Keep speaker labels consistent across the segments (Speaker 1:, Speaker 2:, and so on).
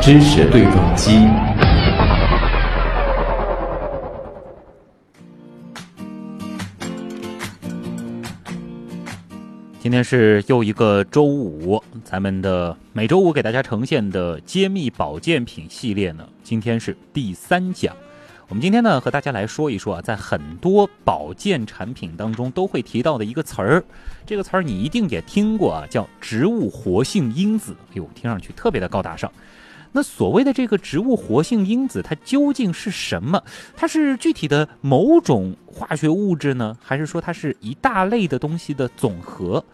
Speaker 1: 知识对撞机。
Speaker 2: 今天是又一个周五，咱们的每周五给大家呈现的揭秘保健品系列呢，今天是第三讲。我们今天呢，和大家来说一说啊，在很多保健产品当中都会提到的一个词儿，这个词儿你一定也听过啊，叫植物活性因子。哎呦，听上去特别的高大上。那所谓的这个植物活性因子，它究竟是什么？它是具体的某种化学物质呢，还是说它是一大类的东西的总和？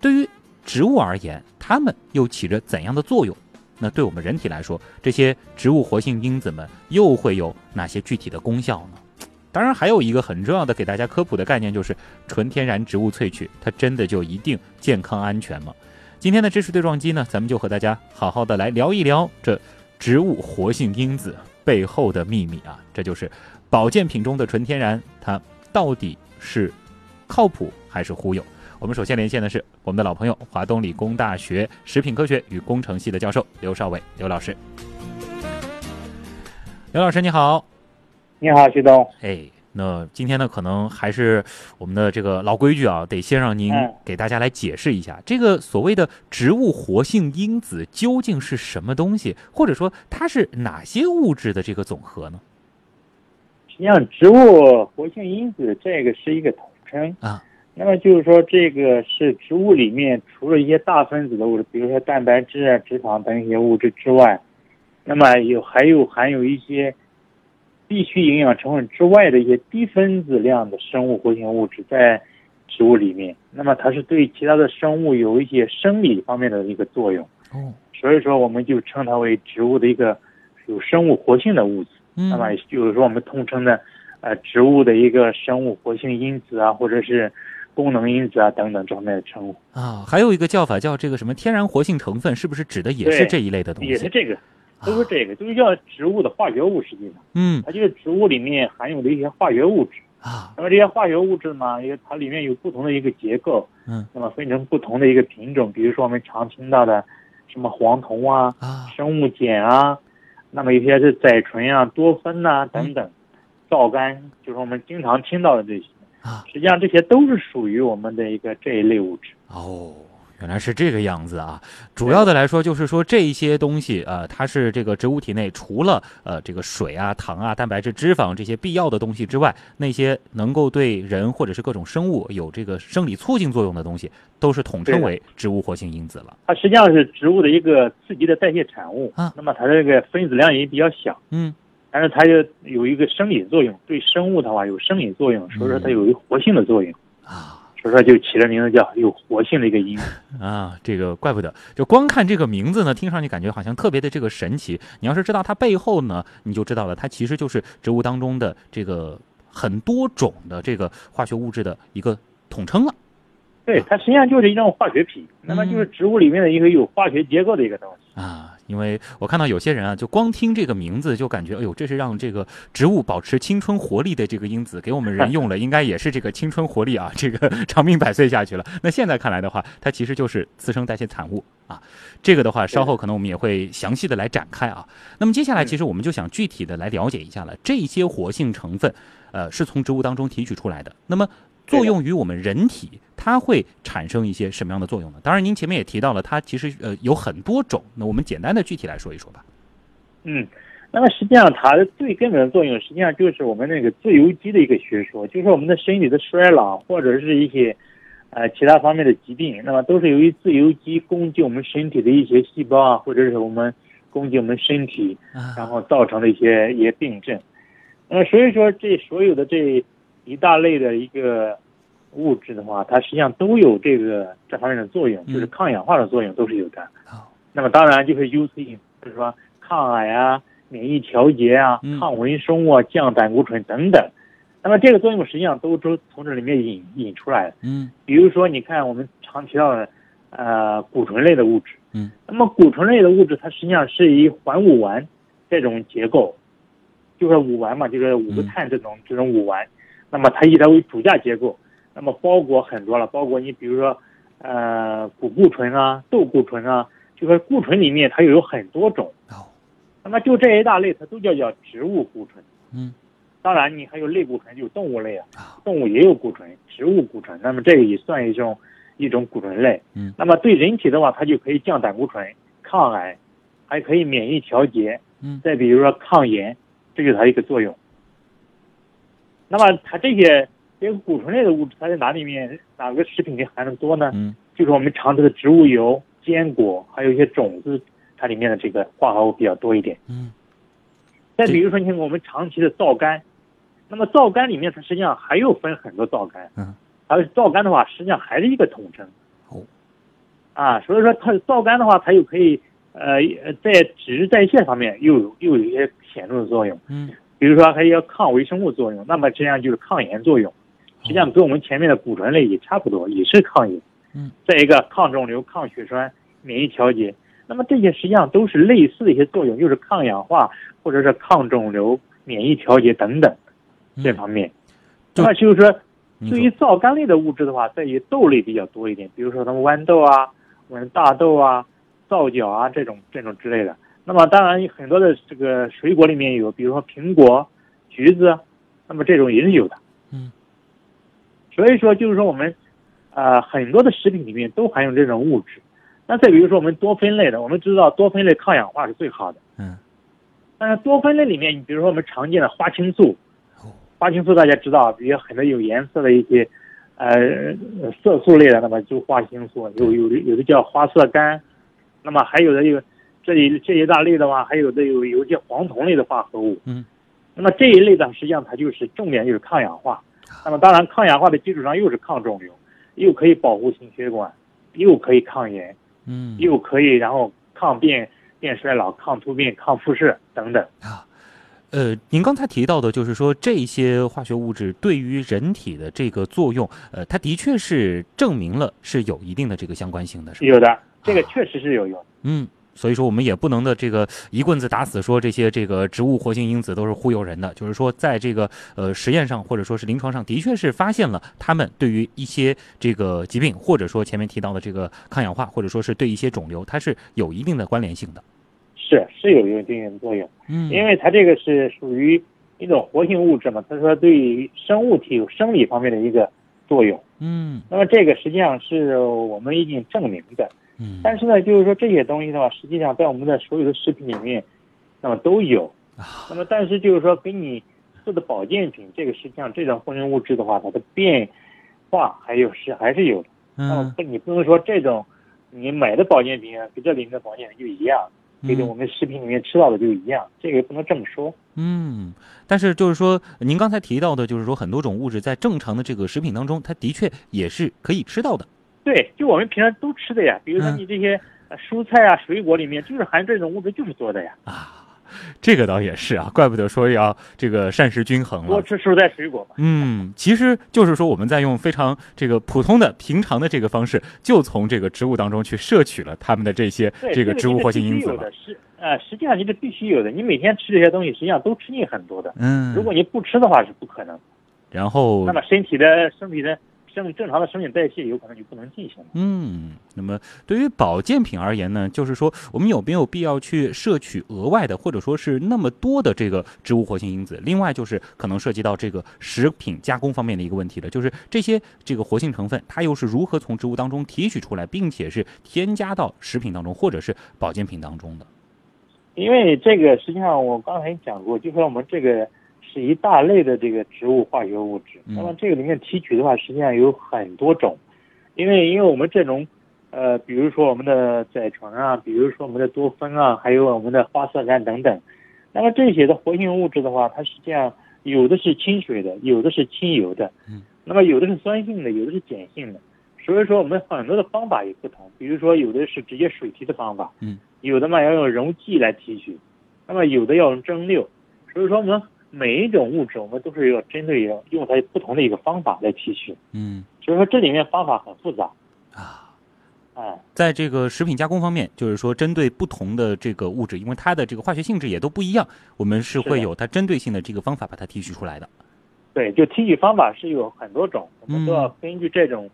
Speaker 2: 对于植物而言，它们又起着怎样的作用？那对我们人体来说，这些植物活性因子们又会有哪些具体的功效呢？当然，还有一个很重要的给大家科普的概念，就是纯天然植物萃取，它真的就一定健康安全吗？今天的知识对撞机呢，咱们就和大家好好的来聊一聊这植物活性因子背后的秘密啊！这就是保健品中的纯天然，它到底是靠谱还是忽悠？我们首先连线的是我们的老朋友，华东理工大学食品科学与工程系的教授刘少伟，刘老师。刘老师你好，
Speaker 3: 你好，徐东。
Speaker 2: 哎，那今天呢，可能还是我们的这个老规矩啊，得先让您
Speaker 3: 嗯
Speaker 2: 给大家来解释一下，这个所谓的植物活性因子究竟是什么东西，或者说它是哪些物质的这个总和呢？
Speaker 3: 实际上，植物活性因子这个是一个统称
Speaker 2: 啊。
Speaker 3: 那么就是说，这个是植物里面除了一些大分子的物质，比如说蛋白质啊、脂肪等一些物质之外，那么有还有含有一些必需营养成分之外的一些低分子量的生物活性物质在植物里面。那么它是对其他的生物有一些生理方面的一个作用，
Speaker 2: 哦，
Speaker 3: 所以说我们就称它为植物的一个有生物活性的物质。那么
Speaker 2: 嗯，
Speaker 3: 有时候我们通称的，呃，植物的一个生物活性因子啊，或者是功能因子啊等等这方面的称呼，
Speaker 2: 啊，还有一个叫法叫这个什么天然活性成分，是不是指的也是
Speaker 3: 对
Speaker 2: 这一类的东
Speaker 3: 也是
Speaker 2: 西？
Speaker 3: 这个，都是
Speaker 2: 啊
Speaker 3: 这个，都是叫植物的化学物，实际上
Speaker 2: 嗯
Speaker 3: 它就是植物里面含有的一些化学物质。
Speaker 2: 啊，
Speaker 3: 那么这些化学物质嘛，也它里面有不同的一个结构，
Speaker 2: 嗯
Speaker 3: 那么分成不同的一个品种，比如说我们常听到的什么黄酮啊，
Speaker 2: 啊，
Speaker 3: 生物碱啊，那么一些是甾醇啊、多酚呐、等等，皂苷就是我们经常听到的这些
Speaker 2: 啊。
Speaker 3: 实际上这些都是属于我们的一个这一类物质。
Speaker 2: 哦，原来是这个样子啊！主要的来说，就是说这一些东西，呃，它是这个植物体内除了呃这个水啊、糖啊、蛋白质、脂肪这些必要的东西之外，那些能够对人或者是各种生物有这个生理促进作用的东西，都是统
Speaker 3: 对
Speaker 2: 称
Speaker 3: 的
Speaker 2: 为植物活性因子了。
Speaker 3: 它实际上是植物的一个刺激的代谢产物。
Speaker 2: 啊
Speaker 3: 那么它这个分子量也比较小，
Speaker 2: 嗯，
Speaker 3: 但是它又有一个生理作用，对生物的话有生理作用，所以说它有一个活性的作用，
Speaker 2: 嗯啊。
Speaker 3: 所以说就起了名字叫有活性的一个因子。
Speaker 2: 啊，这个怪不得，就光看这个名字呢，听上去感觉好像特别的这个神奇。你要是知道它背后呢，你就知道了，它其实就是植物当中的这个很多种的这个化学物质的一个统称了。
Speaker 3: 对，
Speaker 2: 啊
Speaker 3: 它实际上就是一种化学品，那么
Speaker 2: 嗯
Speaker 3: 就是植物里面的一个有化学结构的一个东西。
Speaker 2: 啊，因为我看到有些人啊，就光听这个名字就感觉，哎呦，这是让这个植物保持青春活力的这个因子，给我们人用了，应该也是这个青春活力啊，这个 长命百岁下去了。那现在看来的话，它其实就是自生代谢产物啊。这个的话，稍后可能我们也会详细的来展开啊。那么接下来，
Speaker 3: 嗯
Speaker 2: 其实我们就想具体的来了解一下了，这些活性成分，呃，是从植物当中提取出来的。那么
Speaker 3: 对
Speaker 2: 作
Speaker 3: 的
Speaker 2: 用于我们人体，它会产生一些什么样的作用呢？当然，您前面也提到了，它其实呃有很多种。那我们简单的具体来说一说吧。
Speaker 3: 嗯，那么实际上它的最根本的作用，实际上就是我们那个自由基的一个学说，就是我们的身体的衰老或者是一些呃其他方面的疾病，那么都是由于自由基攻击我们身体的一些细胞啊，或者是我们攻击我们身体，
Speaker 2: 啊
Speaker 3: 然后造成的一些一些病症。那么所以说，这所有的这一大类的一个物质的话，它实际上都有这个这方面的作用，
Speaker 2: 嗯
Speaker 3: 就是抗氧化的作用都是有的。
Speaker 2: 好
Speaker 3: 那么当然就是 U C，就是说抗癌啊、免疫调节啊
Speaker 2: 嗯、
Speaker 3: 抗蚊生物啊、降胆固醇等等。那么这个作用实际上都都从这里面引引出来的。
Speaker 2: 嗯
Speaker 3: 比如说，你看我们常提到的，呃，骨醇类的物质，
Speaker 2: 嗯，
Speaker 3: 那么骨醇类的物质它实际上是以环五烷这种结构，就是五烷嘛，就是五个
Speaker 2: 嗯
Speaker 3: 碳这种、这种五烷，那么它以它为主价结构，那么包裹很多了，包括你比如说，呃骨固醇啊、豆固醇啊，这个固醇里面它又有很多种。
Speaker 2: 哦，
Speaker 3: 那么就这一大类，它都叫叫植物固醇。
Speaker 2: 嗯，
Speaker 3: 当然你还有类固醇，就动物类啊
Speaker 2: 啊，
Speaker 3: 动物也有固醇，植物固醇，那么这个也算一种一种固醇类。
Speaker 2: 嗯，
Speaker 3: 那么对人体的话，它就可以降胆固醇、抗癌，还可以免疫调节。
Speaker 2: 嗯
Speaker 3: 再比如说抗炎，这就是它一个作用。那么它这些这个固醇类的物质，它在哪里面哪个食品里含的多呢？
Speaker 2: 嗯
Speaker 3: 就是我们常吃的植物油、坚果，还有一些种子，它里面的这个化合物比较多一点。
Speaker 2: 嗯
Speaker 3: 再比如说，你看我们长期的皂苷，那么皂苷里面它实际上还有分很多皂苷，
Speaker 2: 嗯，
Speaker 3: 而皂苷的话实际上还是一个统称，
Speaker 2: 哦，
Speaker 3: 啊，所以说它皂苷的话，它又可以呃呃在脂质代谢方面又有又有一些显著的作用，
Speaker 2: 嗯
Speaker 3: 比如说还有抗微生物作用，那么这样就是抗炎作用，实际上跟我们前面的骨醇类也差不多，也是抗炎，
Speaker 2: 嗯，
Speaker 3: 再一个抗肿瘤、抗血栓、免疫调节，那么这些实际上都是类似的一些作用，就是抗氧化或者是抗肿瘤、免疫调节等等这方面。
Speaker 2: 嗯就
Speaker 3: 那么就是说，
Speaker 2: 嗯
Speaker 3: 对
Speaker 2: 你
Speaker 3: 于
Speaker 2: 说
Speaker 3: 皂苷类的物质的话，在于豆类比较多一点，比如说咱们豌豆啊、我们大豆啊、皂角啊这种这种之类的。那么当然很多的这个水果里面有，比如说苹果、橘子，那么这种也是有的。
Speaker 2: 嗯，
Speaker 3: 所以说就是说我们呃很多的食品里面都含有这种物质。那再比如说我们多酚类的，我们知道多酚类抗氧化是最好的。
Speaker 2: 嗯
Speaker 3: 但是多酚类里面，你比如说我们常见的花青素
Speaker 2: 哦，
Speaker 3: 花青素大家知道，比如很多有颜色的一些，呃，色素类的，那么就花青素，有有的有的叫花色苷，那么还有的有这一这一大类的话，还有的有有一些黄酮类的化合物，
Speaker 2: 嗯，
Speaker 3: 那么这一类的实际上它就是重点就是抗氧化，那么当然抗氧化的基础上又是抗肿瘤，又可以保护心血管，又可以抗炎，
Speaker 2: 嗯
Speaker 3: 又可以然后抗变变衰老、抗突变、抗辐射等等。
Speaker 2: 啊，呃，您刚才提到的，就是说这些化学物质对于人体的这个作用，呃，它的确是证明了是有一定的这个相关性的，是吧？
Speaker 3: 有的，这个确实是有用。
Speaker 2: 嗯，所以说我们也不能的这个一棍子打死说这些这个植物活性因子都是忽悠人的，就是说在这个呃实验上或者说是临床上的确是发现了它们对于一些这个疾病或者说前面提到的这个抗氧化或者说是对一些肿瘤它是有一定的关联性的。
Speaker 3: 是是有一定的作用，
Speaker 2: 嗯
Speaker 3: 因为它这个是属于一种活性物质嘛，它说对于生物体有生理方面的一个作用。
Speaker 2: 嗯
Speaker 3: 那么这个实际上是我们已经证明的，
Speaker 2: 嗯，
Speaker 3: 但是呢，就是说这些东西的话，实际上在我们的所有的食品里面，那么都有。
Speaker 2: 啊
Speaker 3: 那么但是就是说给你做的保健品，这个实际上这种活性物质的话，它的变化还有是还是有的。那么
Speaker 2: 嗯
Speaker 3: 不，你不能说这种你买的保健品啊，跟这里面的保健品就一样，这个我
Speaker 2: 嗯
Speaker 3: 们食品里面吃到的就一样，这个不能这么说。
Speaker 2: 嗯，但是就是说您刚才提到的，就是说很多种物质在正常的这个食品当中，它的确也是可以吃到的。
Speaker 3: 对，就我们平常都吃的呀，比如说
Speaker 2: 嗯
Speaker 3: 你这些呃蔬菜啊、水果里面，就是含这种物质就是多的呀。
Speaker 2: 啊，这个倒也是啊，怪不得说要这个膳食均衡
Speaker 3: 多
Speaker 2: 了。
Speaker 3: 吃蔬菜水果嘛。
Speaker 2: 嗯，其实就是说我们在用非常这个普通的、平常的这个方式，就从这个植物当中去摄取了它们的这些
Speaker 3: 对，
Speaker 2: 这
Speaker 3: 个
Speaker 2: 个植物活性因子
Speaker 3: 是必须有
Speaker 2: 了。
Speaker 3: 的，是呃，实际上你是必须有的。你每天吃这些东西，实际上都吃进很多的。如
Speaker 2: 嗯，
Speaker 3: 果你不吃的话是不可能。
Speaker 2: 然后
Speaker 3: 那么身体的身体的正正常的生理代谢有可能就不能进行了。
Speaker 2: 嗯，那么对于保健品而言呢，就是说我们有没有必要去摄取额外的，或者说是那么多的这个植物活性因子？另外就是可能涉及到这个食品加工方面的一个问题了，就是这些这个活性成分，它又是如何从植物当中提取出来，并且是添加到食品当中或者是保健品当中的？
Speaker 3: 因为这个实际上我刚才也讲过，就说我们这个是一大类的这个植物化学物质。
Speaker 2: 嗯
Speaker 3: 那么这个里面提取的话，实际上有很多种，因为因为我们这种呃，比如说我们的甾醇啊，比如说我们的多酚啊，还有我们的花色苷等等。那么这些的活性物质的话，它实际上有的是亲水的，有的是亲油的，
Speaker 2: 嗯，
Speaker 3: 那么有的是酸性的，有的是碱性的。所以说我们很多的方法也不同，比如说有的是直接水提的方法，有的嘛要用溶剂来提取，那么有的要用蒸馏，所以说我们每一种物质，我们都是要针对要用它不同的一个方法来提取，
Speaker 2: 嗯
Speaker 3: 所以说这里面方法很复杂，
Speaker 2: 啊。
Speaker 3: 哎、
Speaker 2: 在这个食品加工方面，就是说针对不同的这个物质，因为它的这个化学性质也都不一样，我们是会
Speaker 3: 的
Speaker 2: 有它针对性的这个方法把它提取出来的。
Speaker 3: 对，就提取方法是有很多种，我们都要
Speaker 2: 嗯
Speaker 3: 根据这种，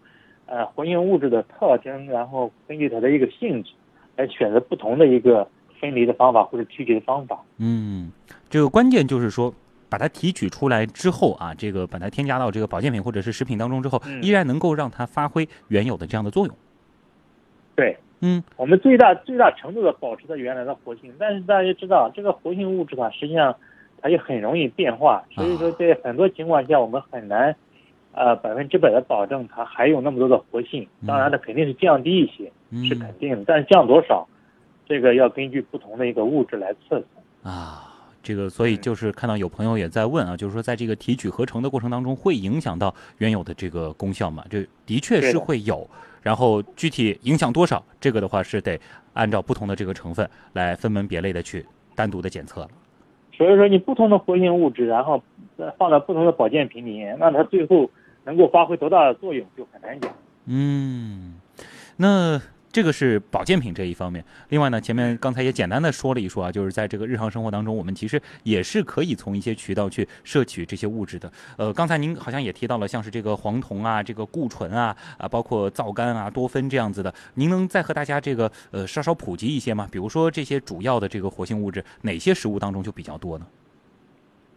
Speaker 3: 呃活性物质的特征，然后根据它的一个性质来选择不同的一个分离的方法或者提取的方法。
Speaker 2: 嗯，这个关键就是说，把它提取出来之后啊，这个把它添加到这个保健品或者是食品当中之后，
Speaker 3: 嗯
Speaker 2: 依然能够让它发挥原有的这样的作用。
Speaker 3: 对，
Speaker 2: 嗯
Speaker 3: 我们最大最大程度的保持它原来的活性，但是大家知道这个活性物质它实际上它也很容易变化，所以说在很多情况下我们很难，呃百分之百的保证它还有那么多的活性。当然它肯定是降低一些，是
Speaker 2: 嗯
Speaker 3: 肯定的，但是降多少，这个要根据不同的一个物质来测试。
Speaker 2: 啊。这个，所以就是看到有朋友也在问啊，就是说，在这个提取合成的过程当中，会影响到原有的这个功效吗？这的确
Speaker 3: 对
Speaker 2: 是
Speaker 3: 的
Speaker 2: 会有，然后具体影响多少，这个的话是得按照不同的这个成分来分门别类的去单独的检测了。
Speaker 3: 所以说，你不同的活性物质，然后呃放到不同的保健品里面，那它最后能够发挥多大的作用就很难讲。
Speaker 2: 嗯，那这个是保健品这一方面。另外呢，前面刚才也简单的说了一说啊，就是在这个日常生活当中，我们其实也是可以从一些渠道去摄取这些物质的。呃，刚才您好像也提到了，像是这个黄酮啊、这个固醇啊、啊，包括皂苷啊、多酚这样子的。您能再和大家这个呃稍稍普及一些吗？比如说这些主要的这个活性物质，哪些食物当中就比较多呢？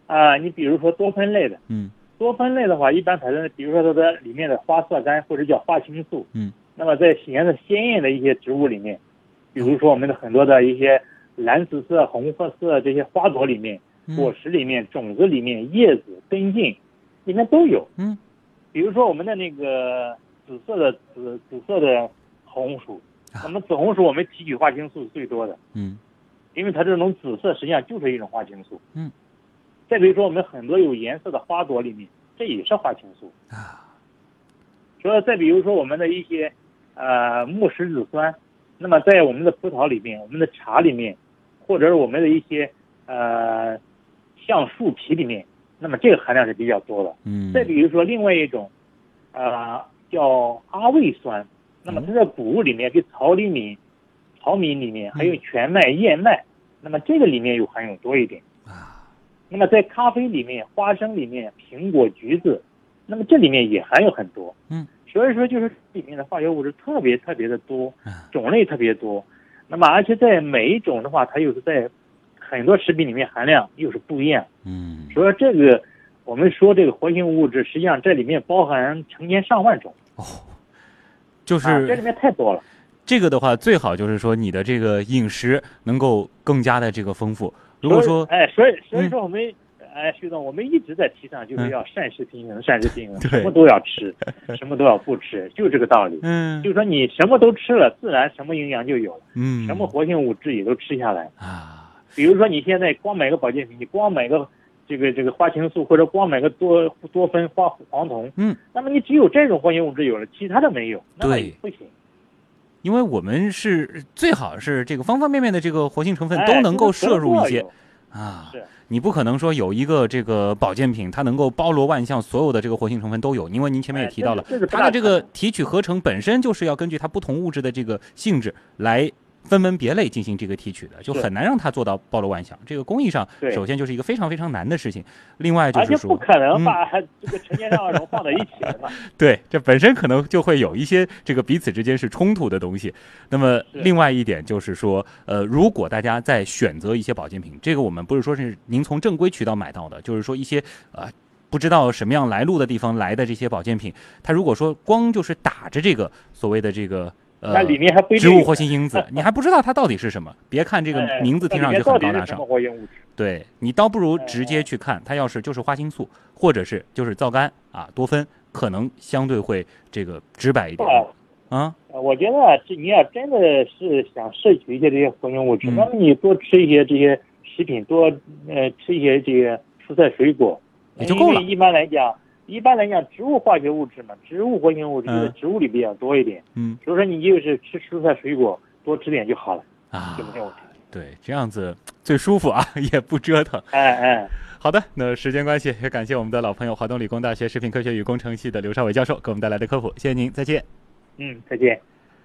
Speaker 3: 啊、你比如说多酚类的，
Speaker 2: 嗯
Speaker 3: 多酚类的话，一般产生，比如说它的里面的花色苷或者叫花青素，
Speaker 2: 嗯，
Speaker 3: 那么在显得鲜艳的一些植物里面，比如说我们的很多的一些蓝紫色、红褐色这些花朵里面、
Speaker 2: 嗯
Speaker 3: 果实里面、种子里面、叶子、根茎里面都有。
Speaker 2: 嗯，
Speaker 3: 比如说我们的那个紫色的紫紫色的红薯，
Speaker 2: 啊
Speaker 3: 那么紫红薯我们提取花青素是最多的，
Speaker 2: 嗯
Speaker 3: 因为它这种紫色实际上就是一种花青素。
Speaker 2: 嗯，
Speaker 3: 再比如说我们很多有颜色的花朵里面，这也是花青素。
Speaker 2: 啊
Speaker 3: 所以再比如说我们的一些呃木石子酸，那么在我们的葡萄里面、我们的茶里面，或者是我们的一些呃橡树皮里面，那么这个含量是比较多的。
Speaker 2: 嗯
Speaker 3: 再比如说另外一种，呃，叫阿魏酸，那么它在谷物里面，跟草里米、糙米里面，还有全麦、燕麦，那么这个里面有含有多一点。
Speaker 2: 啊
Speaker 3: 那么在咖啡里面、花生里面、苹果、橘子，那么这里面也含有很多。
Speaker 2: 嗯，
Speaker 3: 所以说就是这里面的化学物质特别特别的多
Speaker 2: 啊，
Speaker 3: 种类特别多。那么而且在每一种的话，它又是在很多食品里面含量又是不一样。
Speaker 2: 嗯
Speaker 3: 所以这个我们说这个活性物质，实际上这里面包含成千上万种，
Speaker 2: 哦，就是、
Speaker 3: 啊，这里面太多了。
Speaker 2: 这个的话，最好就是说你的这个饮食能够更加的这个丰富。如果
Speaker 3: 所以
Speaker 2: 说
Speaker 3: 哎，所以所以说我们。哎，徐总，我们一直在提倡，就是
Speaker 2: 嗯
Speaker 3: 要膳食平衡，膳食平 衡，
Speaker 2: 对
Speaker 3: 什么都要吃，什么都要不吃，就这个道理。
Speaker 2: 嗯
Speaker 3: 就是说你什么都吃了，自然什么营养就有了，
Speaker 2: 嗯
Speaker 3: 什么活性物质也都吃下来。
Speaker 2: 啊
Speaker 3: 比如说你现在光买个保健品，你光买个这个这个花青素，或者光买个多多酚、花黄酮，
Speaker 2: 嗯，
Speaker 3: 那么你只有这种活性物质有了，其他的没有，那么
Speaker 2: 对
Speaker 3: 也不行。
Speaker 2: 因为我们是最好是这个方方面面的这个活性成分
Speaker 3: 哎
Speaker 2: 都能够
Speaker 3: 就是得
Speaker 2: 摄入
Speaker 3: 过
Speaker 2: 一些、
Speaker 3: 有
Speaker 2: 啊
Speaker 3: 是。
Speaker 2: 你不可能说有一个这个保健品，它能够包罗万象，所有的这个活性成分都有，因为您前面也
Speaker 3: 哎
Speaker 2: 提
Speaker 3: 这
Speaker 2: 到
Speaker 3: 是
Speaker 2: 了，
Speaker 3: 这是不
Speaker 2: 它的
Speaker 3: 大
Speaker 2: 这
Speaker 3: 可
Speaker 2: 个
Speaker 3: 能
Speaker 2: 提取合成本身就是要根据它不同物质的这个性质来分门别类进行这个提取的，就是很难让它做到包罗万象。这个工艺上，
Speaker 3: 对
Speaker 2: 首先就是一个非常非常难的事情。另外就
Speaker 3: 而且
Speaker 2: 是
Speaker 3: 啊不
Speaker 2: 说，
Speaker 3: 可能
Speaker 2: 嗯
Speaker 3: 把这个成千上万种放在一起的嘛。
Speaker 2: 对，这本身可能就会有一些这个彼此之间是冲突的东西。那么
Speaker 3: 是
Speaker 2: 另外一点就是说，呃，如果大家在选择一些保健品，这个我们不是说是您从正规渠道买到的，就是说一些呃不知道什么样来路的地方来的这些保健品，它如果说光就是打着这个所谓的这个呃
Speaker 3: 那里面还不一定
Speaker 2: 植
Speaker 3: 有
Speaker 2: 物活性因子，你还不知道它到底是什么。别 看这个
Speaker 3: 哎
Speaker 2: 名字听上去
Speaker 3: 那
Speaker 2: 很高
Speaker 3: 里面到底
Speaker 2: 大
Speaker 3: 是什
Speaker 2: 上
Speaker 3: 么，活性物质？
Speaker 2: 对你倒不如直接去看，它要是就是花青素，或者是就是皂苷啊、多酚，可能相对会这个直白一点
Speaker 3: 啊，
Speaker 2: 啊。
Speaker 3: 呃我觉得啊这你要真的是想摄取一些这些活性物质，
Speaker 2: 嗯
Speaker 3: 那么你多吃一些这些食品，多呃吃一些这些蔬菜水果呃
Speaker 2: 也就够了
Speaker 3: 因为一般来讲，一般来讲，植物化学物质嘛，植物活性物质
Speaker 2: 嗯
Speaker 3: 在植物里比较多一点，
Speaker 2: 嗯
Speaker 3: 所以说你就是吃蔬菜水果多吃点就好了，
Speaker 2: 啊
Speaker 3: 就，没有问题。
Speaker 2: 对，这样子最舒服啊， 也不折腾。
Speaker 3: 哎哎，
Speaker 2: 好的，那时间关系，也感谢我们的老朋友华东理工大学食品科学与工程系的刘少伟教授给我们带来的科普，谢谢您，再见。
Speaker 3: 嗯，再见。